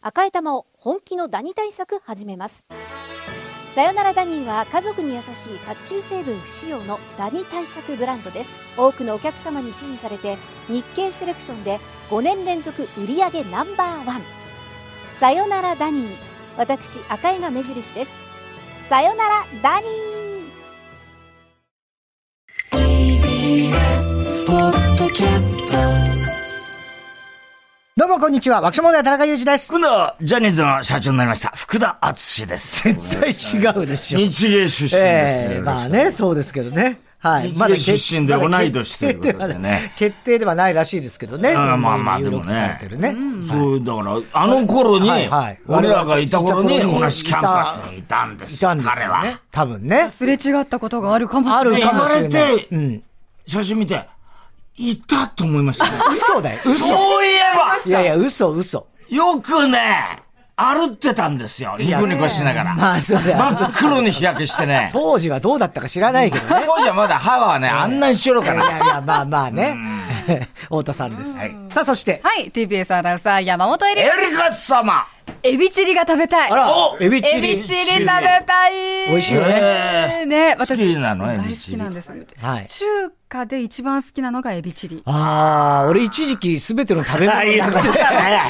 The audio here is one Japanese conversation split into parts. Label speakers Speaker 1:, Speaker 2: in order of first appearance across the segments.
Speaker 1: 赤い玉を本気のダニ対策始めますさよならダニーは家族に優しい殺虫成分不使用のダニ対策ブランドです多くのお客様に支持されて日経セレクションで5年連続売上ナンバーワンさよならダニー私赤井が目印ですさよならダニー
Speaker 2: TBS ポッドキャスト
Speaker 3: どうもこんにちは、爆笑問題田中裕二です。
Speaker 4: 今度はジャニーズの社長になりました、福田敦です。
Speaker 3: 絶対違うでしょ。
Speaker 4: 日芸出身ですよ。
Speaker 3: ええまあね、そうですけどね。はい。
Speaker 4: 日芸出身で同い年ということでね
Speaker 3: 決定ではないらしいですけどね。
Speaker 4: ああまあまあ
Speaker 3: 有力
Speaker 4: でも
Speaker 3: 視
Speaker 4: ね
Speaker 3: されてるね
Speaker 4: そう、だから、あの頃に、
Speaker 3: はいはい
Speaker 4: 俺らがいた頃に
Speaker 3: 我々がいた頃に
Speaker 4: 同じキャンパスにいたんです。
Speaker 3: いたんですよね
Speaker 4: 彼は。
Speaker 3: 多分ね。
Speaker 5: すれ違ったことがあるかもしれない。
Speaker 3: あるかもしれない。
Speaker 4: 言われて
Speaker 3: うん。
Speaker 4: 写真見て、いたと思いましたね。
Speaker 3: 嘘だよ。嘘。
Speaker 4: そういえ
Speaker 3: いやいや、嘘、嘘。
Speaker 4: ば、よくね、歩ってたんですよ。ニコニコしながら。
Speaker 3: まあそりゃ
Speaker 4: 真っ黒に日焼けしてね。
Speaker 3: 当時はどうだったか知らないけどね。
Speaker 4: 当時はまだ歯はね、あんなに白
Speaker 3: いやい
Speaker 4: かな。
Speaker 3: やいや、まあまあね。 太田さんです。さあ、そして。
Speaker 5: はい、TBS アナウンサー山本エリ
Speaker 4: エリカ様
Speaker 5: エビチリが食べたい。
Speaker 3: あら
Speaker 4: お、
Speaker 3: エビチ
Speaker 5: エ
Speaker 3: リ。
Speaker 5: ビチリ食べたい。
Speaker 3: 美味しいよね
Speaker 4: えー
Speaker 5: ね、
Speaker 4: 好きなの
Speaker 5: 大
Speaker 4: エビ
Speaker 5: 好
Speaker 4: チリ
Speaker 5: きなんです。
Speaker 3: はい
Speaker 5: 中華で一番好きなのがエビチリ。
Speaker 3: ああ、俺一時期すべての食べ物
Speaker 4: あ、いい
Speaker 3: の
Speaker 4: こと
Speaker 3: 中で
Speaker 4: だね。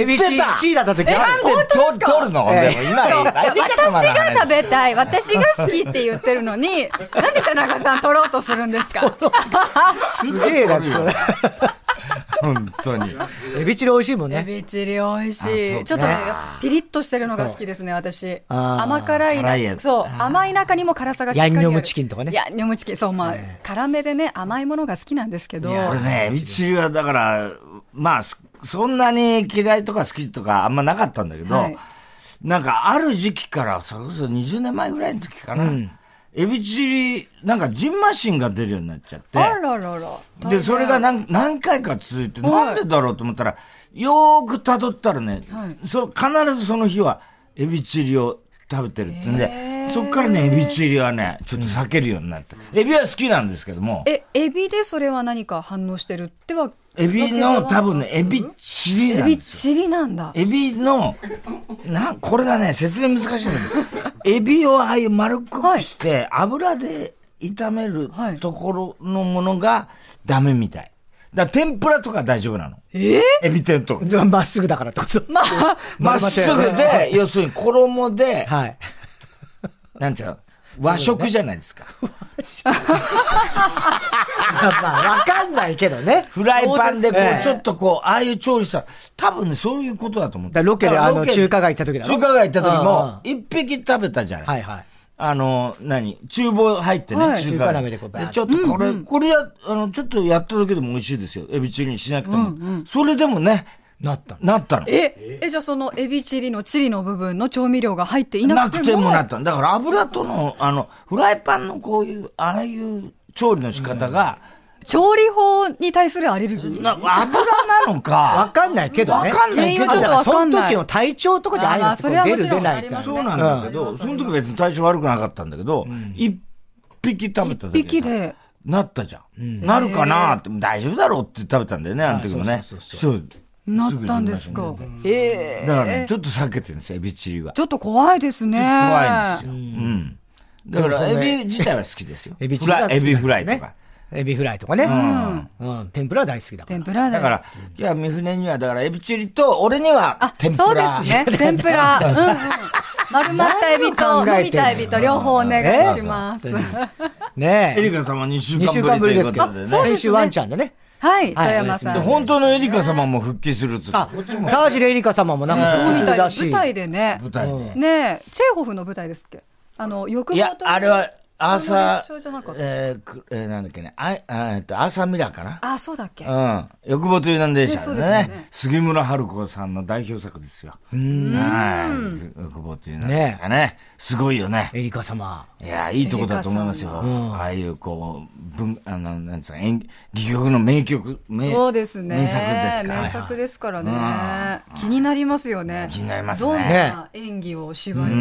Speaker 3: エビ
Speaker 4: 言
Speaker 3: チ
Speaker 4: って
Speaker 3: リ
Speaker 4: た。
Speaker 3: 1位だった時ある
Speaker 4: なんでと取るの
Speaker 3: え
Speaker 4: でも今、 エ
Speaker 5: 私
Speaker 4: リカ様の
Speaker 5: が食
Speaker 4: 話
Speaker 5: べたい、私が好きって言ってるのに、なんで田中さん取ろうとするんですか
Speaker 3: すげえな、それ。
Speaker 4: 本当に。
Speaker 3: エビチリ美味しいもん
Speaker 5: エ
Speaker 3: ね。
Speaker 5: ビチリ美味し
Speaker 4: あそう
Speaker 5: い。ちょっとね、ピリッとしてるのが好きですね、私。
Speaker 3: あー
Speaker 5: 甘辛い
Speaker 4: 辛いや
Speaker 5: な、
Speaker 4: つ
Speaker 5: そう、甘い中にも辛さがしっかりある。
Speaker 3: ヤンニョムチキンとかね
Speaker 5: ヤンニョムチキン、そう、まあ、辛めでね、甘いものが好きなんですけど。
Speaker 4: 俺ね、エビチリはだから、まあ、すそんなに嫌いとか好きとかあんまなかったんだけど、
Speaker 5: はい
Speaker 4: なんかある時期から、それこそ20年前ぐらいの時かな、エビチリ、なんかジンマシンが出るようになっちゃって、
Speaker 5: あららら。
Speaker 4: で、それが
Speaker 5: な、
Speaker 4: 何何回か続いて、
Speaker 5: はい
Speaker 4: なんでだろうと思ったら、よーく辿ったらね、
Speaker 5: はい
Speaker 4: そ必ずその日はエビチリを食べてるってんで、そっからね、エビチリはね、ちょっと避けるようになった。エビは好きなんですけども、
Speaker 5: え、エビでそれは何か反応してるっては、
Speaker 4: エビの多分ね、エビチリ
Speaker 5: エ
Speaker 4: なん
Speaker 5: ビ
Speaker 4: ですよ。
Speaker 5: チリなんだ。
Speaker 4: エビの、な、これがね、説明難しいんだけど、エビをああいう丸っこくして、油で炒める
Speaker 5: はい
Speaker 4: ところのものがダメみたい。だから天ぷらとか大丈夫なの。えエビ天とか。
Speaker 3: まっすぐだからってこと。まあ、
Speaker 4: まっすぐで、要するに衣で、
Speaker 3: はい。
Speaker 4: なんていうの、和食じゃないですか。
Speaker 3: まあまあ、わかんないけどね。
Speaker 4: フライパン
Speaker 3: そ
Speaker 4: でこ
Speaker 3: うですね
Speaker 4: う、ちょっとこう、ああいう調理したら、多分ね、そういうことだと思う。
Speaker 3: だからロケで
Speaker 4: だから
Speaker 3: あの中華街行った時だろ
Speaker 4: 中華街行った時
Speaker 3: うんうん
Speaker 4: も、一匹食べたじゃない。
Speaker 3: はいはい。
Speaker 4: あの、何厨房入ってね、
Speaker 5: はい
Speaker 4: 中
Speaker 3: 中華
Speaker 4: 華
Speaker 3: 鍋でこうバーッと
Speaker 4: ちょっとこれ、これや、あの、ちょっとやっただけでも美味しいですよ。エビチリにしなくても。それでもね、
Speaker 3: なったの。
Speaker 4: なったの。
Speaker 5: え、え、じゃあそのエビチリのチリの部分の調味料が入ってい
Speaker 4: な
Speaker 5: な
Speaker 4: く
Speaker 5: く
Speaker 4: て
Speaker 5: ても。
Speaker 4: もなったの。だから油との、あの、フライパンのこういう、ああいう調理の仕方が、
Speaker 5: 調理法に対するアレルギー。
Speaker 4: な油なの
Speaker 3: わ
Speaker 4: か、
Speaker 3: かんないけどね。
Speaker 4: わかんないけど
Speaker 3: あだら
Speaker 5: わか
Speaker 3: そ
Speaker 5: ん
Speaker 3: の
Speaker 5: ない
Speaker 3: 時の体調とかじゃないのっ
Speaker 5: あー
Speaker 3: て、
Speaker 5: それは
Speaker 3: 出
Speaker 5: もち
Speaker 3: る
Speaker 5: ろ
Speaker 3: 出
Speaker 5: ん
Speaker 3: な
Speaker 5: あ
Speaker 3: い
Speaker 5: り
Speaker 3: か
Speaker 5: ま
Speaker 3: ら。
Speaker 5: す
Speaker 4: そ
Speaker 5: ね
Speaker 4: うなんだけど、その時別に体調悪くなかったんだけど、一、匹食べただけ
Speaker 5: 一匹で
Speaker 4: なったじゃん。なるかなって、大丈夫だろうって食べたんだよね、あの時もね。そう
Speaker 5: なったんですか。ええ
Speaker 4: だからね、ちょっと避けてるんですよ、エビチリは
Speaker 5: ち。ょっと怖いですね。
Speaker 4: 怖いんですよ。うん。だか
Speaker 3: で
Speaker 4: ら、
Speaker 3: もそれ
Speaker 4: エビ自体は好きですよ。
Speaker 3: エビチ
Speaker 4: フ
Speaker 3: リが
Speaker 4: ラ
Speaker 3: 好き
Speaker 4: イエビフライと
Speaker 3: ね
Speaker 4: か。。
Speaker 3: エビフライとかね。うん。天ぷらは大好きだから。
Speaker 5: 天ぷら
Speaker 4: だから、今日は三船には、だから、エビチリと、俺には
Speaker 5: あ、、
Speaker 4: 天ぷ
Speaker 5: そうで
Speaker 4: ら。
Speaker 5: すね。天ぷら。うんうん。丸まったエ
Speaker 3: 何
Speaker 5: ビ
Speaker 3: を
Speaker 5: と、
Speaker 3: 考えてんの
Speaker 5: 伸びたエビと、両方お願いします。
Speaker 3: ね
Speaker 4: エリ
Speaker 3: え。
Speaker 4: カ様2週
Speaker 3: 2週間
Speaker 4: 間
Speaker 3: ぶ
Speaker 4: ぶ
Speaker 3: り
Speaker 4: り
Speaker 3: です
Speaker 4: という
Speaker 3: け
Speaker 4: こ
Speaker 3: ど
Speaker 4: とで
Speaker 3: ね。
Speaker 4: ね。
Speaker 3: 先週ワンちゃんだね。
Speaker 5: はい、
Speaker 3: はい
Speaker 5: 富山さ
Speaker 3: おや
Speaker 5: ん。
Speaker 3: すみ
Speaker 4: 本当のエリカ様も復帰するっつう
Speaker 3: あ
Speaker 4: こっち、も
Speaker 3: 沢尻エリカ様もなんか
Speaker 5: そうみ
Speaker 3: す
Speaker 5: た
Speaker 3: る
Speaker 5: い
Speaker 3: ら
Speaker 5: で
Speaker 3: し
Speaker 5: 舞
Speaker 3: い。
Speaker 5: 台でね。
Speaker 4: 舞台で。
Speaker 5: ねえ、チェーホフの舞台ですっけあの、欲
Speaker 4: い
Speaker 5: 望
Speaker 4: や、
Speaker 5: と。
Speaker 4: あれは、アーサ
Speaker 5: そういう一緒じゃなか
Speaker 4: ー
Speaker 5: っ、た
Speaker 4: えーくえー、なんだっけね、あいあーえっとアーサーミラーかな。
Speaker 5: あ、そうだっけ
Speaker 4: うん。欲望というなんでし
Speaker 5: ね
Speaker 4: た
Speaker 5: そう
Speaker 4: ね
Speaker 5: ですよね
Speaker 4: 杉村春子さんの代表作ですよ。はい。欲望というなんでしたねすごいよね。
Speaker 3: エリカ様。
Speaker 4: いや、いいとこだと思いますよ。ああいう、こう、文、あの、なんつうの、演戯曲の名曲、名
Speaker 5: そうですね。
Speaker 4: 名作ですから。
Speaker 5: 名作ですからね。気になりますよね。
Speaker 4: 気になりますね
Speaker 5: どんな演技を芝居にす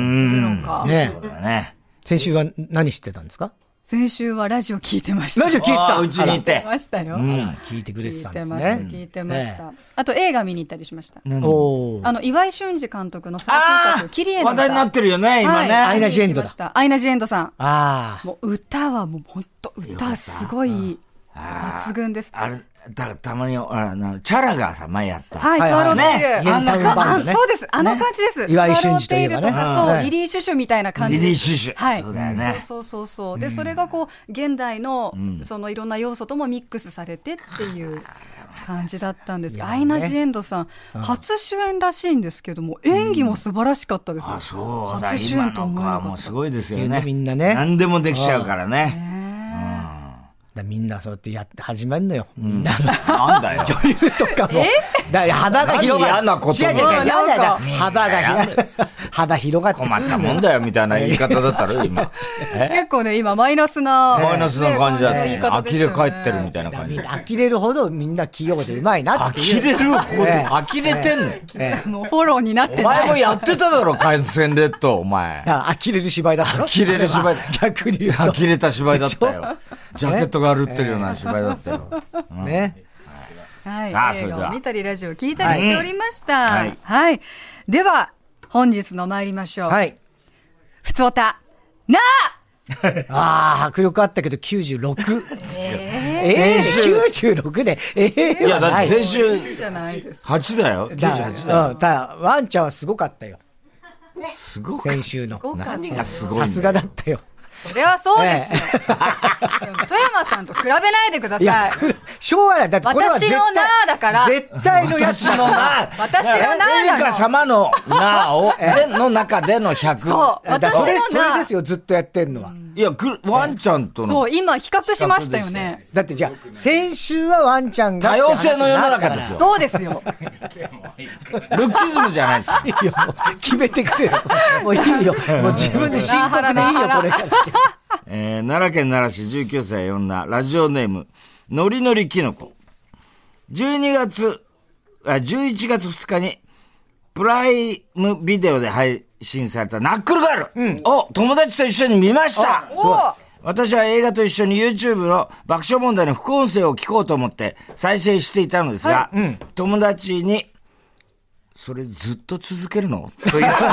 Speaker 5: るのか。
Speaker 3: ね
Speaker 4: そうだね。
Speaker 3: 先週は何してたんですか
Speaker 5: 先週はラジオ聞いてました。
Speaker 3: ラジオ聞いて
Speaker 4: あ
Speaker 3: た
Speaker 4: あうちにい
Speaker 5: 聞い
Speaker 4: て
Speaker 5: て。ましたよ。
Speaker 4: うん。
Speaker 3: 聞いてくれてた
Speaker 5: 聞
Speaker 3: んです
Speaker 5: いてました、
Speaker 3: ね。
Speaker 5: 聞いてました。あと映画見に行ったりしました。
Speaker 4: 何
Speaker 3: お
Speaker 5: あ
Speaker 3: ー
Speaker 5: の、岩井俊二監督の最新
Speaker 4: あ
Speaker 5: 作、キリエ
Speaker 4: あ
Speaker 5: の歌
Speaker 4: 話題になってるよね、今ね。
Speaker 5: はい
Speaker 3: アイナジエンドだ
Speaker 5: 見に行きましたアイナジエンドさん。
Speaker 3: あ
Speaker 5: もう歌はもう本当歌すごい抜群です。
Speaker 4: あれ、だからたまに、あらなチャラがさ、前やった。
Speaker 5: はい、
Speaker 3: はい
Speaker 5: ソ
Speaker 3: は
Speaker 5: ロ
Speaker 3: い
Speaker 5: テイル。
Speaker 4: ね
Speaker 5: あんな
Speaker 4: イエロータウン
Speaker 3: バン
Speaker 5: 感
Speaker 3: ド
Speaker 5: じ、
Speaker 3: ね
Speaker 5: そうです。あの感じです。
Speaker 3: 岩井
Speaker 5: ス
Speaker 3: 俊
Speaker 5: ワロー
Speaker 3: 二とい
Speaker 5: テイ
Speaker 3: え
Speaker 5: ル
Speaker 3: ば
Speaker 5: と
Speaker 3: ね
Speaker 5: か、
Speaker 3: うん
Speaker 5: そう、リリー・シュシュみたいな感じ。
Speaker 4: リリーシュシュ
Speaker 5: はい。
Speaker 4: そうだよね
Speaker 5: そうそうそうそう。で、それがこう、現代の、そのいろんな要素ともミックスされてっていう感じだったんですけどアイナ・ジ・エンドさん、初主演らしいんですけども、演技も素晴らしかったです。
Speaker 4: あ、そうだ、
Speaker 5: 初主
Speaker 4: 今
Speaker 5: 演
Speaker 4: の
Speaker 5: と
Speaker 4: 子
Speaker 5: 思えな
Speaker 4: は
Speaker 5: か
Speaker 4: も
Speaker 5: っ
Speaker 4: う
Speaker 5: た
Speaker 4: すごいです
Speaker 3: い
Speaker 4: よ
Speaker 3: うね
Speaker 4: ね。
Speaker 3: みんなね
Speaker 4: 何でもできちゃうからね。
Speaker 3: あ。みんなそうやってやって始まるのよ。 みんなの。
Speaker 4: なんだ よ。
Speaker 3: 女優とかも。だから肌が広がる。
Speaker 4: 何嫌なこと
Speaker 3: 違う違う違う
Speaker 5: うんなんか
Speaker 3: 嫌だよ肌が広がる。肌広がってくる
Speaker 4: 困ったもんだよ、みたいな言い方だった ろ、今。え
Speaker 5: 結構ね、今、マイナスな。
Speaker 4: マイナスな感じだ
Speaker 5: ね
Speaker 4: ね。呆れ返ってるみたいな
Speaker 3: だから
Speaker 4: 感
Speaker 3: み
Speaker 4: じ
Speaker 3: ん。な呆れるほどみんな器用でうまいなっていう。
Speaker 4: 呆れるほど、
Speaker 3: ええ
Speaker 4: 呆れてんの。
Speaker 5: 言い方もうフォローになって
Speaker 4: お
Speaker 5: ない。
Speaker 4: 前もやってただろ、海鮮列島、お前。
Speaker 3: だから呆れる芝居だったろ
Speaker 4: 呆れる芝居だ。
Speaker 3: 逆に言うと。
Speaker 4: 呆れた芝居だったよ。ジャケットが歩ってるような芝居だったよ。
Speaker 3: ね。
Speaker 5: はい、
Speaker 4: さあそ
Speaker 5: 映
Speaker 4: れで
Speaker 5: 画
Speaker 4: は
Speaker 5: を見たりラジオを聞いたりしておりました。
Speaker 4: は
Speaker 5: はいい、では、本日の参りましょう。
Speaker 3: はい。
Speaker 5: ふつおた、なあ
Speaker 3: ああ、迫力あったけど96。ええ96で、ええ
Speaker 4: いや、だって先
Speaker 5: いい
Speaker 4: 週、
Speaker 5: じゃないですか。
Speaker 4: 8だよ。98だよ。
Speaker 3: うん、ただ、ワンちゃんはすごかったよ。
Speaker 4: すごく。
Speaker 3: 先週の。
Speaker 5: ごかっ
Speaker 4: 何がすごいんだよ
Speaker 3: さすがだったよ。
Speaker 5: それはそうですよ。でも富山さんと比べないでくだ
Speaker 3: い
Speaker 5: さ
Speaker 3: や
Speaker 5: い。、
Speaker 3: くるしょうがない。だってこれは絶対。
Speaker 5: 私のなあだから
Speaker 3: 絶対のやつ
Speaker 4: 私
Speaker 3: だ
Speaker 4: のな、
Speaker 5: 私のななの
Speaker 4: エリカ様のなを、で、の中での100。
Speaker 5: そう、
Speaker 3: だ
Speaker 5: 私
Speaker 3: それ、
Speaker 5: の
Speaker 3: それ
Speaker 5: な
Speaker 3: です、よ、ずっとやってんのは。
Speaker 4: いや、くるワンちゃんと
Speaker 5: そ
Speaker 4: の
Speaker 5: う、今比較しましたよね。
Speaker 3: だってじゃあ、先週はワンちゃんが。
Speaker 4: 多様性の世の中です。よ。
Speaker 5: そうですよ。
Speaker 4: ルッキズムじゃないですか。
Speaker 3: いいよ、もう決めてくれ よ。もういいよ。もう自分で申告でいいよ、これから。
Speaker 4: えー奈良県奈良市19歳女、ラジオネーム、のりのりきのこ。12月、あ、11月2日に、プライムビデオで配信されたナックルガールを友達と一緒に見ました、
Speaker 5: お
Speaker 4: 私は映画と一緒に YouTube の爆笑問題の副音声を聞こうと思って再生していたのですが、友達に、それずっと続けるのと言われて、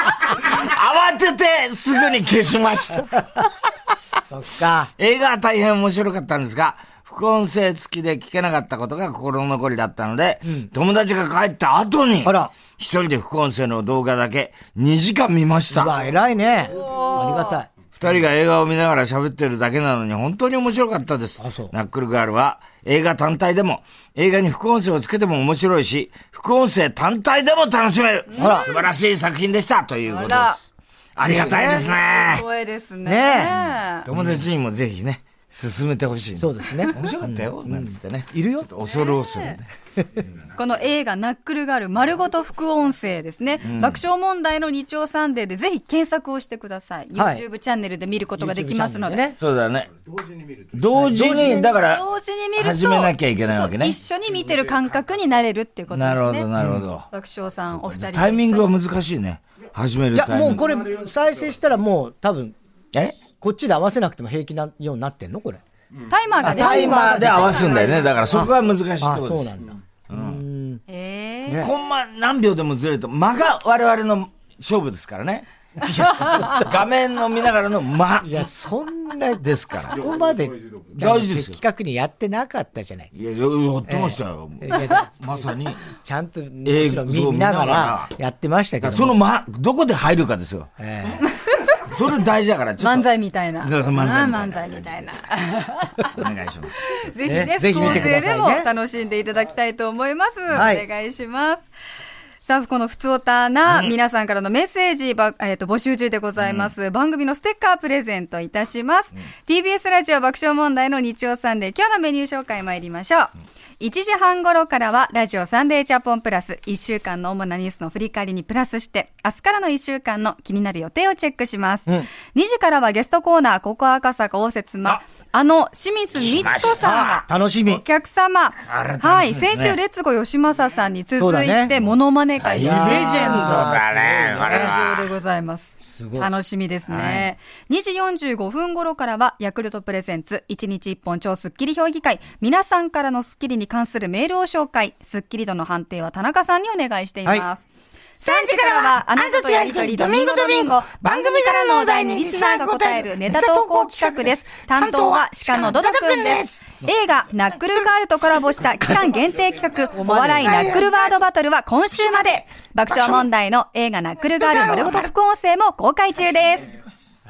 Speaker 4: 慌ててすぐに消しました。
Speaker 3: そっか。
Speaker 4: 映画は大変面白かったんですが、副音声付きで聞けなかったことが心残りだったので、友達が帰った後に
Speaker 3: あら、
Speaker 4: 一人で副音声の動画だけ2時間見まし
Speaker 3: うわ、
Speaker 4: た。
Speaker 3: 偉いね。ありがたい。
Speaker 4: 二人が映画を見ながら喋ってるだけなのに本当に面白かったです
Speaker 3: あそう。
Speaker 4: ナックルガールは映画単体でも、映画に副音声をつけても面白いし、副音声単体でも楽しめる。
Speaker 3: あら
Speaker 4: 素晴らしい作品でした。ということで
Speaker 5: あら
Speaker 4: す。ありがたいですね。
Speaker 5: 声ですね。
Speaker 3: ね
Speaker 4: 友達にもぜひね、進めてほしい。
Speaker 3: そうですね。
Speaker 4: 面白かったよ、なんつってね。
Speaker 3: いるよ。
Speaker 4: 恐る恐るね。
Speaker 5: この映画、ナックルガール、丸ごと副音声ですね。爆笑問題の日曜サンデーでぜひ検索をしてください。
Speaker 3: はい
Speaker 5: YouTube チャンネルで見ることができますので。
Speaker 3: ね。
Speaker 4: そうだね。同時に、だから、
Speaker 5: 同時に見ると。
Speaker 4: 始めなきゃいけないわけね
Speaker 5: そう一緒に見てる感覚になれるっていうことで
Speaker 4: な
Speaker 5: すね。
Speaker 4: るほど、なるほど。
Speaker 5: 爆笑さん、お二人。
Speaker 4: タイミングが難しいね。始める
Speaker 3: いや、
Speaker 4: タイ
Speaker 3: も
Speaker 4: ミン
Speaker 3: うこ
Speaker 4: グ。
Speaker 3: れ、再生したらもう多分、
Speaker 4: え
Speaker 3: こっちで合わせなくても平気なようになってんのこれ。
Speaker 5: タイマーがね
Speaker 4: タイマーで合わすんだよね。だからそこが難しいって
Speaker 3: あ
Speaker 4: こ
Speaker 3: そ
Speaker 4: と
Speaker 3: う
Speaker 4: で
Speaker 3: な
Speaker 4: す。
Speaker 3: んだ。
Speaker 5: えー
Speaker 3: ね
Speaker 4: コンマ何秒でもずれると、間が我々の勝負ですからね。画面の見ながらの間
Speaker 3: いや、そんな、
Speaker 4: ですから。
Speaker 3: ここまで、
Speaker 4: 大事ですよ
Speaker 3: 企画にやってなかったじゃない。
Speaker 4: いや、やってましたよ。
Speaker 3: いやだ
Speaker 4: まさに。
Speaker 3: ちゃんと、も
Speaker 4: え
Speaker 3: ちろん
Speaker 4: そ
Speaker 3: 見
Speaker 4: う
Speaker 3: 見なが
Speaker 4: 見なが
Speaker 3: らやってました
Speaker 4: だか
Speaker 3: け
Speaker 4: ら
Speaker 3: ど。
Speaker 4: その、間、どこで入るかですよ。
Speaker 3: え
Speaker 4: それ大事だから、ちょっ
Speaker 5: 漫
Speaker 4: と
Speaker 5: 才みたいな。
Speaker 4: そう漫才みたいな
Speaker 5: あー漫才みたいな。
Speaker 4: お願いします。
Speaker 5: ぜひね、
Speaker 3: ぜひ
Speaker 5: 副
Speaker 3: 見
Speaker 5: 音
Speaker 3: てくださいね
Speaker 5: 声でも楽しんでいただきたいと思います。
Speaker 3: はい
Speaker 5: お願いします。さあ、このふつおたな、皆さんからのメッセージば、えっ、と、募集中でございます、番組のステッカープレゼントいたします。TBS ラジオ爆笑問題の日曜サンデー、今日のメニュー紹介参りましょう。1時半頃からは、ラジオサンデージャポンプラス、1週間の主なニュースの振り返りにプラスして、明日からの1週間の気になる予定をチェックします。2時からはゲストコーナー、ここ赤坂応接間、あの、清水美智子さんが、
Speaker 3: ー楽しみ
Speaker 5: お。客様。
Speaker 4: ら
Speaker 5: は
Speaker 4: 楽しみ
Speaker 5: い。
Speaker 4: ですね
Speaker 5: 先週、レッツゴー吉正さんに続
Speaker 3: そうだ
Speaker 5: い
Speaker 3: ね
Speaker 5: て、モノマネ会
Speaker 4: レジェンドだね、これ
Speaker 5: ラ
Speaker 4: は。
Speaker 5: ジオでございます。
Speaker 3: すごい。
Speaker 5: 楽しみですね。2時45分頃からは、ヤクルトプレゼンツ、1日1本超スッキリ評議会、皆さんからのスッキリに関するメールを紹介、スッキリ度の判定は田中さんにお願いしています。3時からは、あなたとやりとり、ドミンゴドミンゴ、番組からのお題にリスナーが答えるネタ投稿企画です。担当は鹿のドダくんです。映画、ナックルガールとコラボした期間限定企画、お笑いナックルワードバトルは今週まで、爆笑問題の映画ナックルガール丸ごと副音声も公開中です。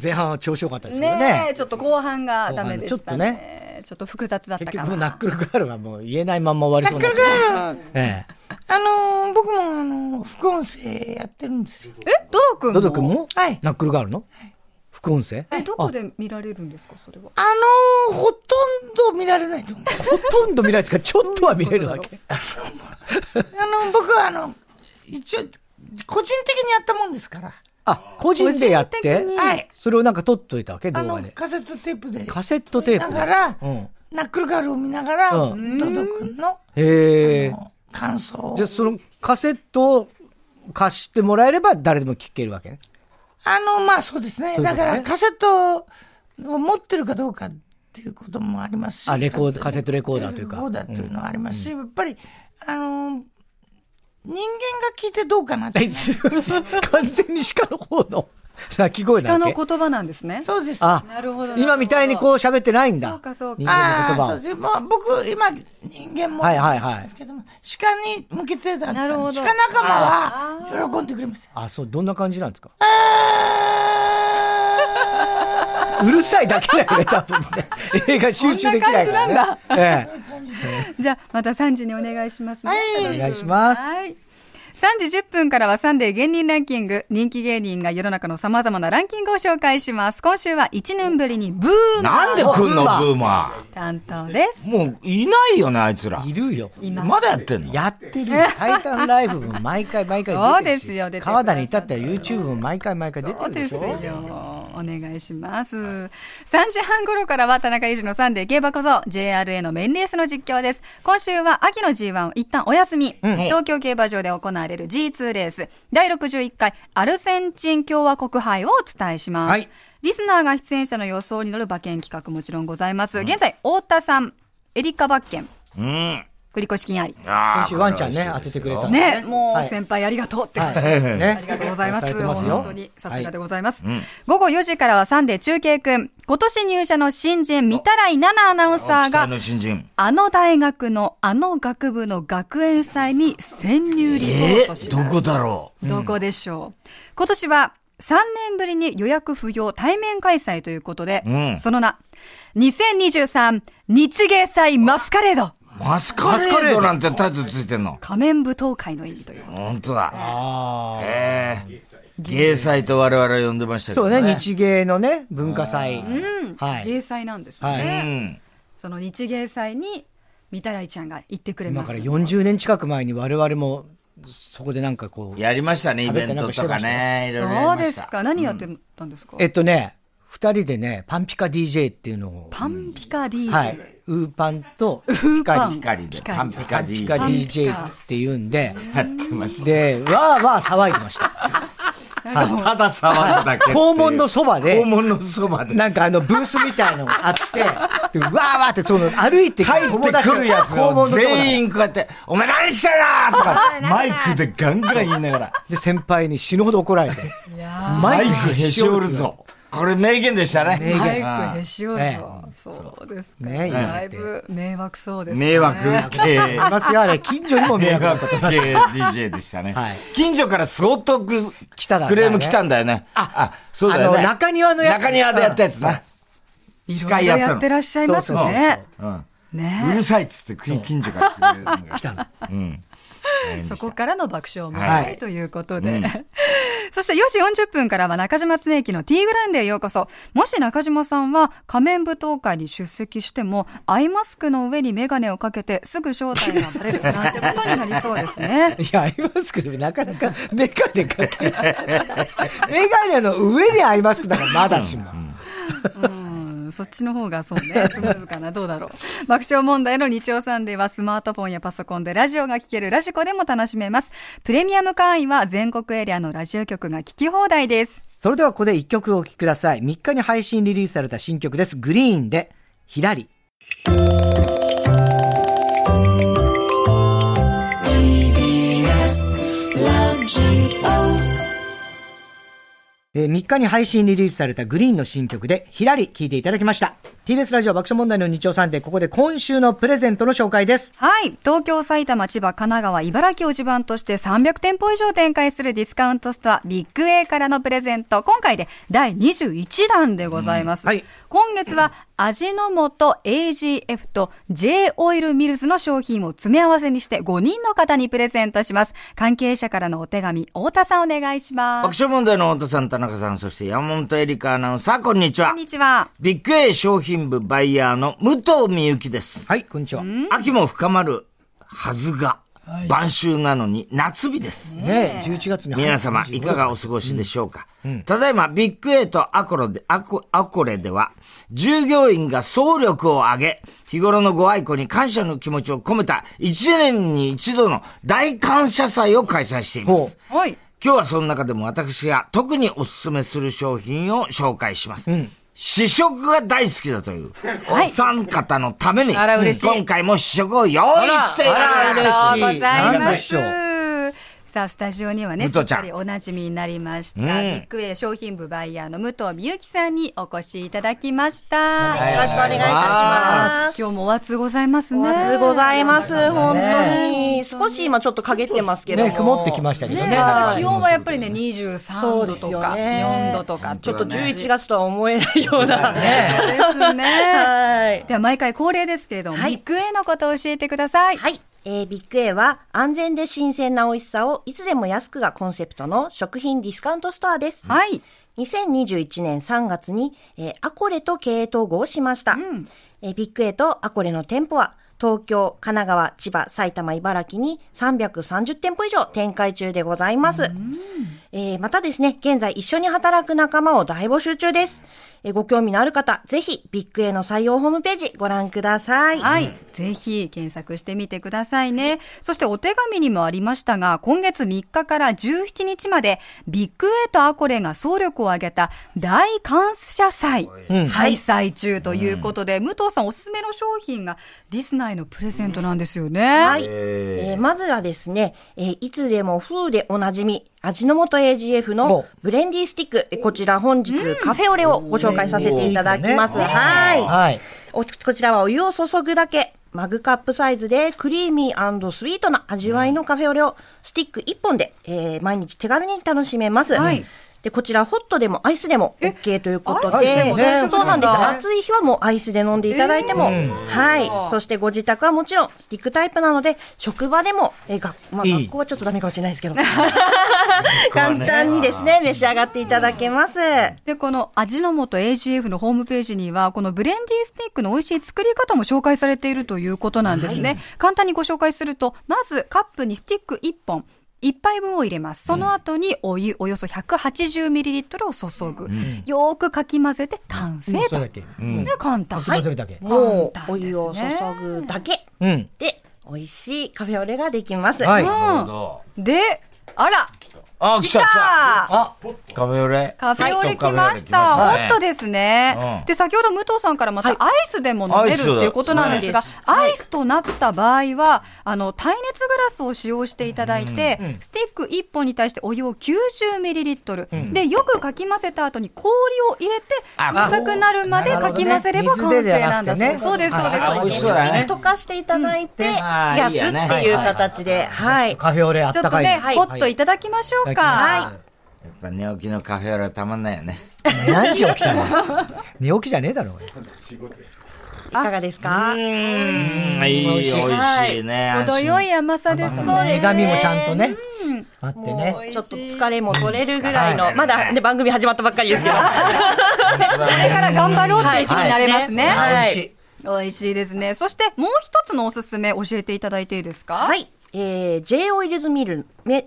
Speaker 3: 前半は調子良かったですけど
Speaker 5: ねえ、
Speaker 3: ね。
Speaker 5: ちょっと後半がダメでした
Speaker 3: 後半ちょっと
Speaker 5: ね。ちょっと複雑だった
Speaker 3: 結
Speaker 5: か
Speaker 3: 局もうナッ
Speaker 5: な。
Speaker 3: クルガールはもう言えないまんま終わりそうになってええ。
Speaker 2: あのー、僕もあのー、副音声やってるんですよ。
Speaker 5: え、ドド君
Speaker 3: ド
Speaker 5: も
Speaker 3: ド君も
Speaker 2: はい
Speaker 3: ナックルガールの副音声
Speaker 5: え、どこで見られるんですか、それは。
Speaker 2: あのー、ほとんど見られないと思う。
Speaker 3: ほとんど見られてからちょっとは見れるわけ。
Speaker 2: あのー、僕はあの、一応、個人的にやったもんですから。
Speaker 3: あ、個人でやっ
Speaker 5: 個人
Speaker 3: て
Speaker 5: 的に、
Speaker 2: はい
Speaker 3: それをなんか撮っといたわけ、
Speaker 2: あ
Speaker 3: 動画
Speaker 2: の、
Speaker 3: で。
Speaker 2: カセットテープで。
Speaker 3: カセットテー
Speaker 2: だ
Speaker 3: プ。
Speaker 2: から、
Speaker 3: うん。
Speaker 2: ナックルガールを見ながら、
Speaker 3: う
Speaker 2: ドド君の
Speaker 3: へえ。
Speaker 2: 感想を
Speaker 3: じゃあそのカセットを貸してもらえれば誰でも聴けるわけね。
Speaker 2: あの、まあそうですね。
Speaker 3: そういうこ
Speaker 2: だ
Speaker 3: とね
Speaker 2: から、カセットを持ってるかどうかっていうこともありますし。
Speaker 3: あレコードカセットレコーダーというか
Speaker 2: レコーダーというのはありますし、やっぱり、あのー、人間が聞いてどうかなってい うのは。
Speaker 3: 完全に鹿の方の鳴き声だ
Speaker 5: 鹿
Speaker 3: っ
Speaker 5: の
Speaker 3: け
Speaker 5: 言葉なんですね。
Speaker 2: そうです。
Speaker 3: あ
Speaker 5: なるほど。
Speaker 3: 今みたいにこう喋ってないんだ。
Speaker 5: そうかそうか
Speaker 3: 人間の
Speaker 2: あ
Speaker 3: 言
Speaker 2: あ、
Speaker 3: 葉
Speaker 2: そう
Speaker 3: を。
Speaker 2: です。まあ僕、今、人間も、
Speaker 3: はいはいはい
Speaker 2: ですけども、鹿に向けてだったんで
Speaker 5: なるほど
Speaker 2: 鹿仲間は、喜んでくれます。
Speaker 3: あ、そう、どんな感じなんですか
Speaker 2: あ
Speaker 3: うるさいだけだよね、多分ね。映画集中できないから、ね。
Speaker 5: こんな感
Speaker 3: じなんだ。え
Speaker 5: う。じゃあ、また3時にお願いしますね。
Speaker 3: え。お願いします。
Speaker 5: はい。3時10分からはサンデー芸人ランキング。人気芸人が世の中の様々なランキングを紹介します。今週は1年ぶりにブー
Speaker 4: なんで来んの、ブーマ
Speaker 5: 担当です。
Speaker 4: ー。もう、いないよね、あいつら。
Speaker 3: いるよ。
Speaker 5: います。
Speaker 4: まだやってんの
Speaker 3: やってるよ。タイタンライブも毎回毎回出てるし。
Speaker 5: そうですよ出てくださ
Speaker 3: 川
Speaker 5: って
Speaker 3: 田に至っては YouTube も毎回毎回出て
Speaker 5: そう
Speaker 3: る
Speaker 5: で
Speaker 3: ですし
Speaker 5: よ
Speaker 3: ょ。。
Speaker 5: お願いします。3時半頃からは田中裕二のサンデー競馬こそ JRA のメインレースの実況です。今週は秋の G1 を一旦お休み。東京競馬場で行われる G2 レース第61回アルゼンチン共和国杯をお伝えします。
Speaker 3: はい
Speaker 5: リスナーが出演者の予想に乗る馬券企画もちろんございます。現在、太田さん、エリカ馬券、
Speaker 4: うん。
Speaker 5: 繰越金あり。
Speaker 4: あ
Speaker 3: 今週ワンちゃんね、当ててくれたんで
Speaker 5: ね、も
Speaker 3: は
Speaker 5: う
Speaker 3: い
Speaker 5: 先輩ありがとうって感じです
Speaker 3: はい。ね。あ
Speaker 5: ありがとうございます。本当にさすがでございます。午後4時からはサンデー中継くん。今年入社の新人、三たらい奈々アナウンサー
Speaker 4: 期待
Speaker 5: が、
Speaker 4: の新人。
Speaker 5: あの大学のあの学部の学園祭に潜入リポートします。
Speaker 4: どこだろ
Speaker 5: どこでしょう。今年は3年ぶりに予約不要対面開催ということで、
Speaker 4: うん
Speaker 5: その名、2023日芸祭マスカレード
Speaker 4: う。マスカレードなんてタイトルついてんの。
Speaker 5: 仮面舞踏会の意味という。
Speaker 4: 本当だ。
Speaker 3: ああ。
Speaker 4: ええ。芸祭と我々呼んでましたけ
Speaker 3: そ
Speaker 4: ど
Speaker 3: う
Speaker 4: ね。
Speaker 3: ね、日芸のね、文化祭。はい。
Speaker 5: 芸祭なんですね。
Speaker 3: はいう芸
Speaker 4: ん。
Speaker 5: その日芸祭に三たらいちゃんが行ってくれ
Speaker 3: 今
Speaker 5: ま
Speaker 3: か
Speaker 5: す。
Speaker 3: ら40年近く前に我々も、そこでなんかこう、
Speaker 4: やりましたね、イベントとかね。いろいろ
Speaker 5: そ
Speaker 4: や
Speaker 5: う
Speaker 4: りま
Speaker 5: で
Speaker 4: し
Speaker 5: す
Speaker 4: た。
Speaker 5: か。何やってたんですか。
Speaker 3: えっとね、二人でね、パンピカ DJ っていうのを、
Speaker 5: パンピカ DJ。
Speaker 3: はい、ウーパンと、ウ
Speaker 5: ーパン
Speaker 4: 光で、
Speaker 5: 光
Speaker 4: パンピカ
Speaker 3: パンピカ
Speaker 4: DJ
Speaker 5: ンピカ
Speaker 3: DJ っていうんで、
Speaker 4: やってました。
Speaker 3: で、わーわー騒いでました。
Speaker 4: ただ騒ぐだけ。
Speaker 3: 校門のそばで
Speaker 4: 肛、門のそばで。
Speaker 3: なんかあのブースみたいのがあって、でわーわーって、その歩いて
Speaker 4: 入ってくるやつを全
Speaker 3: 員。
Speaker 4: 員こうやって、お前何してんだとか、マイクでガンガン言いながら、
Speaker 3: で、先輩に死ぬほど怒られて、
Speaker 4: マイクへし折るぞ。これ名言でしたね。
Speaker 3: 名言
Speaker 5: マイクへ
Speaker 4: うん
Speaker 5: し折るぞ。そうですか。
Speaker 3: ね
Speaker 5: だいぶ迷惑そうですね。
Speaker 4: 迷惑系。
Speaker 3: いますよ、あれ、近所にも迷
Speaker 4: 迷
Speaker 3: 惑だっ
Speaker 4: 惑
Speaker 3: た
Speaker 4: 系
Speaker 3: と思います。
Speaker 4: DJ でしたね
Speaker 3: はい。
Speaker 4: 近所から相当く
Speaker 3: 来ただろうね
Speaker 4: クレーム来たんだよね。
Speaker 3: あ
Speaker 4: そうだよ
Speaker 3: あ
Speaker 4: ね。
Speaker 3: の中庭のやつ
Speaker 4: 中庭でやったやつな。
Speaker 5: いろ
Speaker 4: 機
Speaker 5: いろ
Speaker 4: 械やった
Speaker 5: や
Speaker 4: の
Speaker 5: ってらっしゃいます
Speaker 4: そうそう
Speaker 5: ね。
Speaker 4: うんう
Speaker 5: ね。
Speaker 4: るさいっつってく近所から来る
Speaker 3: 来たの。
Speaker 5: そこからの爆笑問
Speaker 3: は
Speaker 5: 題
Speaker 3: い
Speaker 5: ということで。 そして4時40分からは中島恒之の T グランデへようこそ。もし中島さんは仮面舞踏会に出席しても、アイマスクの上にメガネをかけてすぐ正体がバレるなんてことになりそうです ね。
Speaker 3: いや、アイマスクでもなかなかメガネかけない。メガネの上にアイマスクだからまだしも。
Speaker 5: うんそっちの方がそうね、スムーズかな、どうだろう。爆笑問題の日曜サンデーはスマートフォンやパソコンでラジオが聴けるラジコでも楽しめます。プレミアム会員は全国エリアのラジオ局が聴き放題です。
Speaker 3: それではここで一曲お聴きください。3日に配信リリースされた新曲です。グリーンで、ひらり。えー、3日に配信リリースされたグリーンの新曲で、ひらり聴いていただきました。TBS ラジオ爆笑問題の日曜サンデー、ここで今週のプレゼントの紹介です。
Speaker 5: はい。東京、埼玉、千葉、神奈川、茨城を地盤として300店舗以上展開するディスカウントストア、ビッグ A からのプレゼント。今回で第21弾でございます。
Speaker 3: うんはい
Speaker 5: 今月は、味の素 AGF と J オイルミルズの商品を詰め合わせにして5人の方にプレゼントします。関係者からのお手紙、太田さんお願いしま
Speaker 4: 爆
Speaker 5: す。
Speaker 4: 笑問題の太田さん、田中さん、そして山本エリカアナウンサー、こんにち
Speaker 5: こ
Speaker 4: は
Speaker 5: ん。にちは。
Speaker 4: ビッグ A 商品部バイヤーの武藤美幸です。
Speaker 3: はい、こんにちは。ね
Speaker 4: 秋も深まるはずが、晩秋なのに夏日です。
Speaker 3: え11月に
Speaker 4: 皆様、いかがお過ごしでしょうか、ただいま、ビッグ A とアコロで、アコ、アコレでは、従業員が総力を挙げ、日頃のご愛顧に感謝の気持ちを込めた、一年に一度の大感謝祭を開催していま
Speaker 3: ほ
Speaker 4: す。
Speaker 5: はい。
Speaker 4: 今日はその中でも私が特にお勧めする商品を紹介します。試食が大好きだという、
Speaker 5: はい
Speaker 4: お三方のために、
Speaker 5: あら嬉しい
Speaker 4: 今回も試食を用意していただきました
Speaker 5: ありがとうござい
Speaker 3: なん
Speaker 5: ま
Speaker 3: でしょ
Speaker 5: す。さあ、スタジオにはね、
Speaker 4: 武
Speaker 5: すっ
Speaker 4: 藤ちゃん
Speaker 5: かりおなじみになりました、
Speaker 4: うん
Speaker 5: ビッグウェイ商品部バイヤーの武藤美幸さんにお越しいただきました。
Speaker 2: よろしくお願いいたします。
Speaker 5: 今日もお熱ございますね。
Speaker 2: お熱ございます、本当
Speaker 3: ね
Speaker 2: に。少し今ちょっと陰ってますけども。
Speaker 3: ね、曇ってきましたけど
Speaker 5: ね
Speaker 3: ね。
Speaker 5: ただ
Speaker 3: はい
Speaker 5: 気温はやっぱりね、23度とか、4度とか。
Speaker 2: ちょっと11月とは思えないような。
Speaker 5: です ね。
Speaker 6: はい。
Speaker 5: では毎回恒例ですけれども、
Speaker 6: はい
Speaker 5: ビッグ A のことを教えてください。
Speaker 6: はい。えービッグ A は安全で新鮮な美味しさをいつでも安くがコンセプトの食品ディスカウントストアです。
Speaker 5: はい。
Speaker 6: 2021年3月に、えーアコレと経営統合をしました。えービッグ A とアコレの店舗は、東京、神奈川、千葉、埼玉、茨城に330店舗以上展開中でございます。えーまたですね、現在一緒に働く仲間を大募集中です。えーご興味のある方、ぜひビッグ A の採用ホームページご覧ください。
Speaker 5: はい、ぜひ検索してみてくださいね。そしてお手紙にもありましたが、今月3日から17日まで、ビッグ A とアコレが総力を挙げた大感謝祭、開催中ということで、武藤さんおすすめの商品がリスナーへのプレゼントなんですよね。
Speaker 6: はい。えーまずはですね、えーいつでも風でおなじみ、味の素 AGF のブレンディスティック、えーこちら本日カフェオレをご紹介させていただきま
Speaker 3: う
Speaker 6: す。
Speaker 3: ん
Speaker 6: はい。
Speaker 3: はい。
Speaker 6: おこちらはお湯を注ぐだけ、マグカップサイズでクリーミースイートな味わいのカフェオレをスティック1本で、えー毎日手軽に楽しめます。
Speaker 5: はい
Speaker 6: で、こちらホットでもアイスでも OK ということで、
Speaker 5: アイスでも大丈夫なんだ
Speaker 6: そうなんです。暑い日はもうアイスで飲んでいただいても、はい。そしてご自宅はもちろんスティックタイプなので、職場でも、えーがまあ、
Speaker 4: いい
Speaker 6: 学校はちょっとダメかもしれないですけど、簡単にですね、召し上がっていただけます。
Speaker 5: で、この味の素 AGF のホームページには、このブレンディースティックの美味しい作り方も紹介されているということなんですね。簡単にご紹介すると、まずカップにスティック1本。1杯分を入れます。その後にお湯およそ 180ml を注ぐ。よーくかき混ぜて完成
Speaker 3: そ
Speaker 5: と。
Speaker 3: れだけ。うん。
Speaker 5: で、簡単。
Speaker 3: それだけ。
Speaker 6: もう
Speaker 5: 簡
Speaker 6: お
Speaker 5: 単です
Speaker 6: 湯
Speaker 5: ね
Speaker 6: を注ぐだけ
Speaker 3: うん。
Speaker 6: で美味しいカフェオレができます。
Speaker 3: はい。
Speaker 5: うん。で、あら
Speaker 4: あ、
Speaker 5: 来
Speaker 4: 来
Speaker 5: た
Speaker 4: た来た
Speaker 3: あ、
Speaker 4: カフェオレ。
Speaker 5: カフェオレ来ました。
Speaker 4: はい
Speaker 5: ホットですね、
Speaker 4: うん
Speaker 5: で、先ほど武藤さんからまたアイスでも飲める
Speaker 4: ア
Speaker 5: っ
Speaker 4: イ
Speaker 5: て
Speaker 4: スだ
Speaker 5: いうことなんですが、
Speaker 6: そうです
Speaker 5: アイスとなった場合は、あの、耐熱グラスを使用していただいて、スティック1本に対してお湯を 90ml、で、よくかき混ぜた後に氷を入れて、
Speaker 4: あ
Speaker 5: 酸っぱくなるまでかき混ぜれ
Speaker 3: な
Speaker 5: ば
Speaker 3: るほどね
Speaker 5: 完
Speaker 3: 水で
Speaker 5: 成
Speaker 3: じゃ
Speaker 5: なん
Speaker 3: な
Speaker 5: だ
Speaker 3: くて
Speaker 5: そう
Speaker 3: ね
Speaker 5: です。そうです、そうです。
Speaker 4: あ美味しそうだね
Speaker 6: 溶かしていただい
Speaker 3: う
Speaker 6: て、
Speaker 3: ん
Speaker 6: 冷
Speaker 4: あー
Speaker 6: やすっていう形で、はい。
Speaker 3: カフェオレあっ
Speaker 5: ちょ
Speaker 3: た
Speaker 5: っと
Speaker 3: かい。
Speaker 5: ね、
Speaker 3: はい
Speaker 5: ホットいただきましょうか。
Speaker 3: は
Speaker 4: やっぱ寝起きのカフェオレはたまんないよね。
Speaker 3: い。何時起きたの 寝起きじゃねえだろ。
Speaker 6: いかがですか
Speaker 4: うん、いい、美味しいね。
Speaker 5: 程よ
Speaker 4: い。
Speaker 5: い甘さですね。
Speaker 6: そうです
Speaker 3: 苦
Speaker 6: ね
Speaker 3: 味もちゃんとね、あって
Speaker 6: もう
Speaker 3: ね。
Speaker 6: ちょっと疲れも取れるぐらい
Speaker 4: は
Speaker 6: の、
Speaker 4: い
Speaker 6: まだね番組始まったばっかりですけど。
Speaker 5: これから頑張ろうっていう気になれますね。
Speaker 6: はい
Speaker 3: 美味しい。
Speaker 5: 美味しいですね。そしてもう一つのおすすめ教えていただいていいですか
Speaker 6: はい。えー、J オイルズミル、め、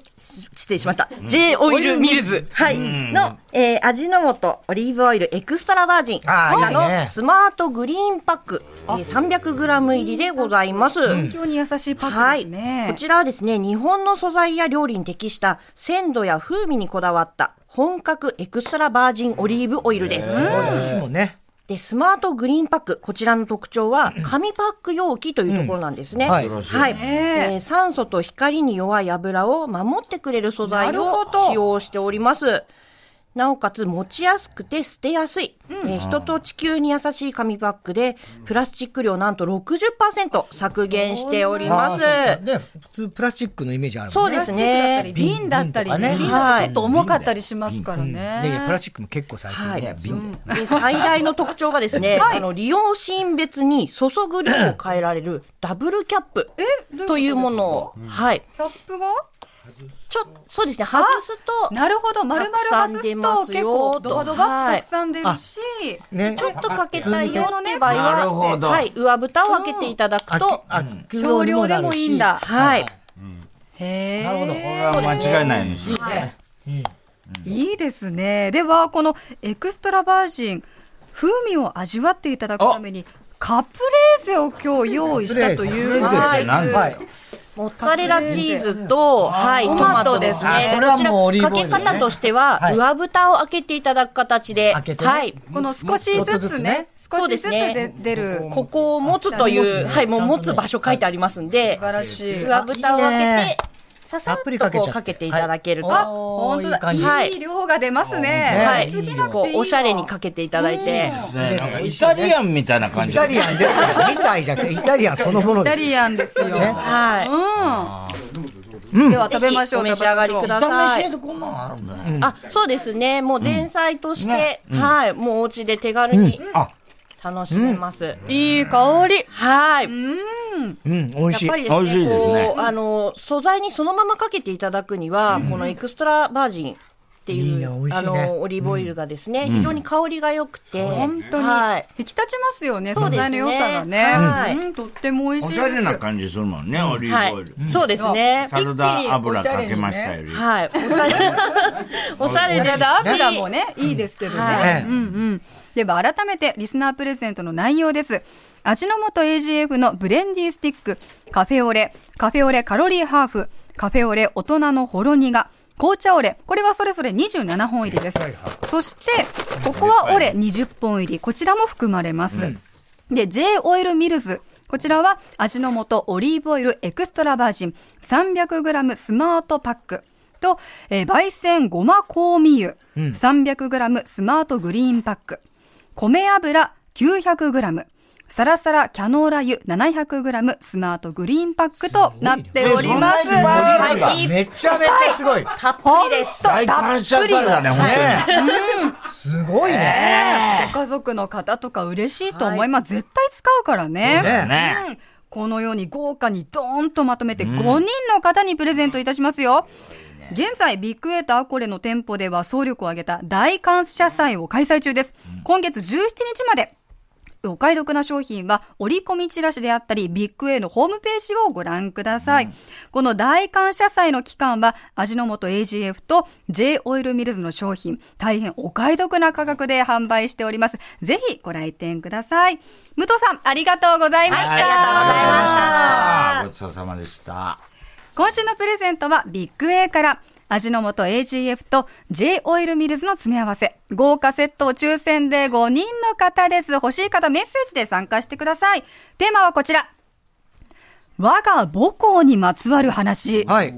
Speaker 6: 失礼しました。J オイルミルズ。はい。の、えー、味の素オリーブオイルエクストラバージン。
Speaker 3: あー
Speaker 6: こちらの
Speaker 3: いいね
Speaker 6: スマートグリーンパック。えー、300g 入りでございます。
Speaker 5: 環境に優しいパッ
Speaker 6: は
Speaker 5: クで
Speaker 6: い
Speaker 5: すね。。
Speaker 6: こちらはですね、日本の素材や料理に適した鮮度や風味にこだわった本格エクストラバージンオリーブオイルです。
Speaker 3: 美味しいもんね。
Speaker 6: で、スマートグリーンパック、こちらの特徴は、紙パック容器というところなんですね。
Speaker 3: うんはい
Speaker 6: はい。えー酸素と光に弱い油を守ってくれる素材
Speaker 5: なるほ
Speaker 6: を
Speaker 5: ど
Speaker 6: 使用しております。なおかつ持ちやすくて捨てやすい、えー人と地球に優しい紙パックで、プラスチック量なんと60%削減しております。
Speaker 3: あーそうかね、普通プラスチックのイメージあるも
Speaker 6: そ
Speaker 3: ん
Speaker 6: う
Speaker 5: プ
Speaker 3: ね。
Speaker 6: で
Speaker 5: ラ
Speaker 6: す
Speaker 5: スチックだったり、。瓶だった
Speaker 6: ね
Speaker 5: り、
Speaker 3: 瓶とかね
Speaker 5: 瓶だとちょっと重かったりしますから
Speaker 3: いやいやプラ
Speaker 5: ね。
Speaker 3: スチックも結構最近、
Speaker 6: はい
Speaker 4: いや、瓶
Speaker 6: で最大の特徴がですね、
Speaker 5: はい
Speaker 6: あの利用シーン別に注ぐ量を変えられるダブルキャップ
Speaker 5: え
Speaker 6: というものを、はい、
Speaker 5: キャップが
Speaker 6: ちょそうですね、外すと、
Speaker 5: なるほど、丸々外すと結構ドバドバっと
Speaker 6: はい
Speaker 5: たくさん出るし、
Speaker 3: ね
Speaker 6: ちょっとかけたいよって場合
Speaker 4: なるほ
Speaker 6: は、
Speaker 4: ど
Speaker 6: はい、上蓋を開けていただくと、
Speaker 3: あ空洞
Speaker 5: 少
Speaker 3: に
Speaker 5: 量
Speaker 3: な
Speaker 5: で
Speaker 3: る
Speaker 5: も
Speaker 3: し
Speaker 5: いいんだ。
Speaker 6: はい、
Speaker 5: へ
Speaker 3: なるほど
Speaker 5: え。
Speaker 4: は間違いないのし。
Speaker 5: いいですね。では、このエクストラバージン、風味を味わっていただくために、カプレーゼを今日用意したという
Speaker 4: カプレーゼって何ですか
Speaker 5: は
Speaker 3: はいい。
Speaker 6: モッツァレラチーズと、はい、トマトです
Speaker 3: あ
Speaker 6: ね。
Speaker 3: これ
Speaker 6: こ
Speaker 3: は
Speaker 6: ちら、
Speaker 3: もうオリー
Speaker 6: か
Speaker 3: ブオイ
Speaker 6: け
Speaker 3: ルね
Speaker 6: 方としては
Speaker 3: は、い
Speaker 6: 上蓋を開けていただく形で
Speaker 3: 開け、てね
Speaker 6: はい、
Speaker 5: この少しず
Speaker 3: ちょっと
Speaker 5: つ
Speaker 3: ずつ
Speaker 5: ね
Speaker 3: ね、
Speaker 5: 少しずつ
Speaker 6: そう
Speaker 5: で
Speaker 6: です
Speaker 5: 出る。素
Speaker 6: ここを持つという、
Speaker 3: あ
Speaker 6: はい、もう
Speaker 3: ちゃんと
Speaker 6: 持
Speaker 3: ね
Speaker 6: つ場所書いてありますんで、
Speaker 5: 晴らしい。
Speaker 6: 上蓋を開
Speaker 3: いい
Speaker 6: け
Speaker 3: ね
Speaker 6: て、ささ
Speaker 3: たっぷ
Speaker 6: っ
Speaker 3: り
Speaker 6: と
Speaker 3: かけちゃって
Speaker 6: こうかけていただけると、
Speaker 3: はい
Speaker 5: あ、
Speaker 6: は
Speaker 5: 本当
Speaker 3: いい感じ
Speaker 5: だ。いい量が出ますね。
Speaker 3: ね
Speaker 5: い
Speaker 6: い
Speaker 3: いい量、
Speaker 6: こう、おしゃれにかけていただいて、
Speaker 4: ねなんかイタリアンみたいな感
Speaker 3: イ
Speaker 4: じ。
Speaker 3: タリアンですよ。みたいじゃなくて、イタリアンそのもの
Speaker 5: イタ
Speaker 3: です。
Speaker 5: リアンですよ。うん。
Speaker 6: はい。
Speaker 5: では食べましょう。
Speaker 6: お召し上がりください。
Speaker 4: でこんなのあるんだね。
Speaker 6: あ、そうですね。もう前菜として、はい、もうお家で手軽に
Speaker 4: あ、
Speaker 6: 楽しめます。
Speaker 5: いい香り。
Speaker 6: はい。
Speaker 3: うん、美味
Speaker 6: や
Speaker 3: し
Speaker 6: っ
Speaker 3: い
Speaker 6: ぱ。りです
Speaker 4: 美味し
Speaker 6: ね、
Speaker 4: いですね
Speaker 6: こう、あの、素材にそのままかけていただくには、このエクストラバージンって
Speaker 3: いい
Speaker 6: い
Speaker 3: ね美味
Speaker 6: う、
Speaker 3: し
Speaker 6: あ
Speaker 3: いね
Speaker 6: の、オリーブオイルがですね、非常に香りが良くて、
Speaker 5: 本当に
Speaker 6: はい。
Speaker 5: 引き立ちますよね。
Speaker 6: そ
Speaker 5: 素
Speaker 6: うです
Speaker 5: 材
Speaker 6: ね
Speaker 5: の良さが
Speaker 6: は
Speaker 5: ね
Speaker 6: い。
Speaker 5: うんとっても美味
Speaker 4: お
Speaker 5: しい
Speaker 4: しゃれ
Speaker 5: で
Speaker 4: な
Speaker 5: す。
Speaker 4: 感じするもんね、オリ
Speaker 6: は
Speaker 4: ー
Speaker 6: い
Speaker 4: ブオイル。。
Speaker 6: そうですね。
Speaker 4: サラダ油かけましたより。
Speaker 6: はい。おしゃれ。おしゃれで
Speaker 5: サ
Speaker 6: すし。
Speaker 5: ラダ油もね、いいですけど
Speaker 6: は
Speaker 5: ね
Speaker 3: い。
Speaker 5: うんうん。では改めてリスナープレゼントの内容です。味の素 AGF のブレンディスティック、カフェオレ、カフェオレカロリーハーフ、カフェオレ大人のほろ苦、紅茶オレ、これはそれぞれ27本入りです。そして、ここはオレ20本入り、こちらも含まれます。で、J オイルミルズ。こちらは味の素オリーブオイルエクストラバージン 300g スマートパックと、えー焙煎ごま香味油 300g スマートグリーンパック、米油 900g、サラサラキャノーラ油 700g スマートグリーンパックとなっております。
Speaker 4: すごいねえそんなにいっぱいあ
Speaker 5: いっぱい
Speaker 3: めちゃめちゃすごい。
Speaker 6: たっぷりです。
Speaker 4: 大感謝祭だね、本当に。
Speaker 3: すごいね。
Speaker 5: ご家族の方とか嬉しいと思います。絶対使うからね。
Speaker 4: ね。
Speaker 5: このように豪華にドーンとまとめて5人の方にプレゼントいたしますよ。現在、ビッグエイトアコレの店舗では総力を挙げた大感謝祭を開催中です。今月17日まで。お買い得な商品は折り込みチラシであったり、ビッグ A のホームページをご覧ください。この大感謝祭の期間は、味の素 AGF と J オイルミルズの商品、大変お買い得な価格で販売しております。ぜひご来店ください。武藤さん、ありがとうございました。
Speaker 6: あり
Speaker 4: あー
Speaker 6: がとうございました
Speaker 4: ごちそうさまでした。
Speaker 5: 今週のプレゼントはビッグ A から味の素 AGF と J オイルミルズの詰め合わせ豪華セットを抽選で5人の方です欲しい方メッセージで参加してくださいテーマはこちら我が母校にまつわる話
Speaker 3: はい。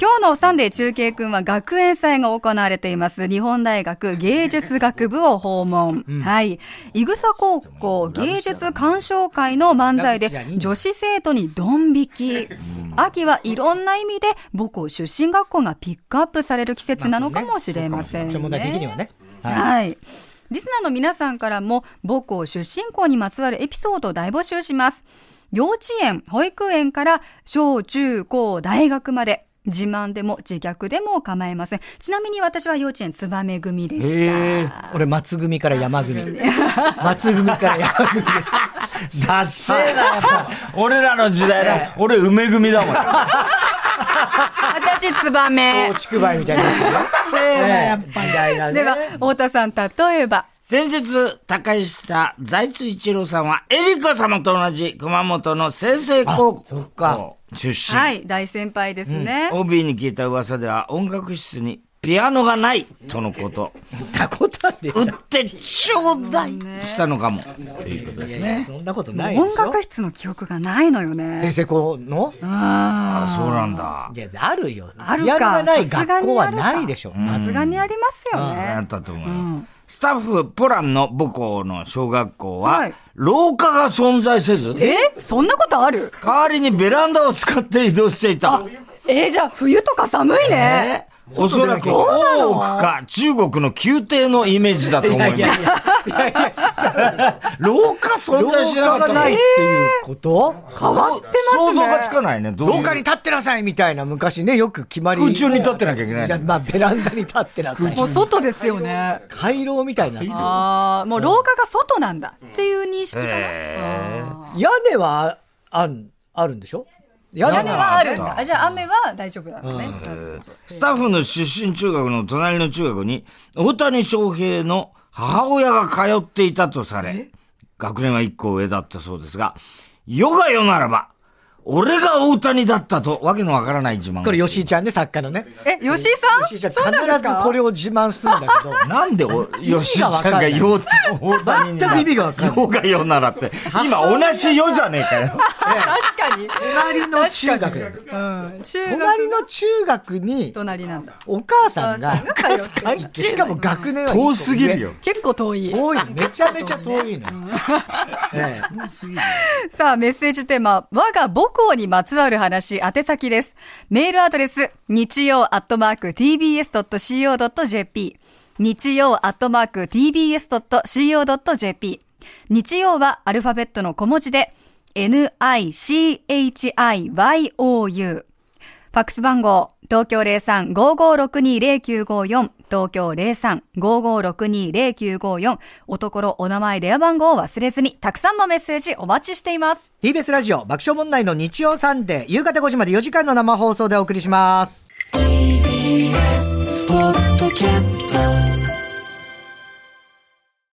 Speaker 5: 今日のサンデー中継くんは学園祭が行われています。日本大学芸術学部を訪問。はい。いぐさ高校芸術鑑賞会の漫才で
Speaker 3: 裏口がいいんだ
Speaker 5: 女子生徒にドン引き。秋はいろんな意味で母校出身学校がピックアップされる季節なのかもしれません、ね。
Speaker 3: 問題的にはね。はい。
Speaker 5: はい。リスナーの皆さんからも母校出身校にまつわるエピソードを大募集します。幼稚園、保育園から小中高、大学まで自慢でも自虐でも構いません。ちなみに私は幼稚園つばめ組でした。
Speaker 4: ええ
Speaker 3: 俺、松組から山組。松組から山組です。
Speaker 4: ダッセーなやっぱ俺らの時代だ。俺、梅組だもん。ダ
Speaker 5: 私つばめ。
Speaker 3: 竹梅みたいな。
Speaker 4: ッセーなやっぱ。
Speaker 3: 時代だ
Speaker 5: では、太田さん、例えば。
Speaker 4: 先日、他界した財津一郎さんは、エリカ様と同じ熊本の先生高校
Speaker 3: そっか
Speaker 4: 出身。
Speaker 5: はい、大先輩ですね。
Speaker 4: OB に聞いた噂では、音楽室にピアノがないとのこと。
Speaker 3: たことあるよ
Speaker 4: 売ってちょうだいしたのかも。ということですね。
Speaker 3: そんなことないでしょ
Speaker 5: 音楽室の記憶がないのよ
Speaker 3: 先
Speaker 5: ね。
Speaker 3: 生こうの
Speaker 5: あ
Speaker 4: あ、そうなんだ。
Speaker 3: いや、あるよ。
Speaker 5: ある
Speaker 3: ピ
Speaker 5: か
Speaker 3: アノがない
Speaker 5: さすが
Speaker 3: 学
Speaker 5: に
Speaker 3: 校はないでしょ。
Speaker 5: ーさすがにありますよ
Speaker 4: あっ
Speaker 5: ね。
Speaker 4: たと思います。スタッフ、ポランの母校の小学校は、
Speaker 5: はい
Speaker 4: 廊下が存在せず、
Speaker 5: えそんなことある
Speaker 4: 代わりにベランダを使って移動していた。
Speaker 5: えーじゃあ冬とか寒いね。
Speaker 4: おそらく、大奥か中国の宮廷のイメージだと思います。 廊下存在しなかった
Speaker 3: がないっていうこと
Speaker 4: 変わってますね。想像がつかないね。どういう
Speaker 3: 廊下に立ってなさいみたいな昔ね、よく決まり。
Speaker 4: 空中に立ってなきゃいけない
Speaker 3: じゃあまあ、ベランダに立ってなさい
Speaker 5: も。う外ですよね。
Speaker 3: 回廊みたいな。屋
Speaker 5: ああ、もう廊下が外なんだっていう認識かな。あー
Speaker 3: 根は、あん、あるんでしょ屋
Speaker 5: 屋
Speaker 3: 根
Speaker 5: 根
Speaker 3: は。
Speaker 5: はあるんだ。あじゃあ雨は大丈夫なんだね。
Speaker 4: スタッフの出身中学の隣の中学に、大谷翔平の母親が通っていたとされ、学年は一個上だったそうですが、世が世ならば、俺が大谷だったと、わけのわからない自慢を
Speaker 3: これ、
Speaker 4: して
Speaker 3: 吉
Speaker 4: い
Speaker 3: 井ちゃんね、作家のね。
Speaker 5: え、吉井さん
Speaker 3: 吉井ちゃん、必ずこれを自慢するんだけど。
Speaker 4: たなんで お、吉井ちゃん
Speaker 3: わかんな
Speaker 4: が
Speaker 3: い
Speaker 4: 世大谷に
Speaker 3: 全く意味がわかんない
Speaker 4: 世が世ならって、今同じ世じゃねえ かよ。
Speaker 5: 確かに。
Speaker 3: 隣の中学だよ
Speaker 5: うん。中学
Speaker 3: 隣の中学に、
Speaker 5: 隣なんだ。
Speaker 3: お母さんが
Speaker 5: お母さんが通ってる
Speaker 3: 通ってしかも学年は一個上
Speaker 4: 遠すぎるよ。。
Speaker 5: 結構遠い。
Speaker 3: 遠い。めちゃめちゃ遠いのよ。ええ
Speaker 5: さあ、メッセージテーマ、我が母校にまつわる話、宛先です。メールアドレス、日曜アットマーク tbs.co.jp。日曜アットマーク tbs.co.jp。日曜はアルファベットの小文字で、nichiou。ファックス番号、東京03-5562-0954、東京03-5562-0954、おところお名前、電話番号を忘れずに、たくさんのメッセージお待ちしています。
Speaker 3: TBS ラジオ爆笑問題の日曜サンデー夕方5時まで4時間の生放送でお送りします。
Speaker 7: ポッドキャスト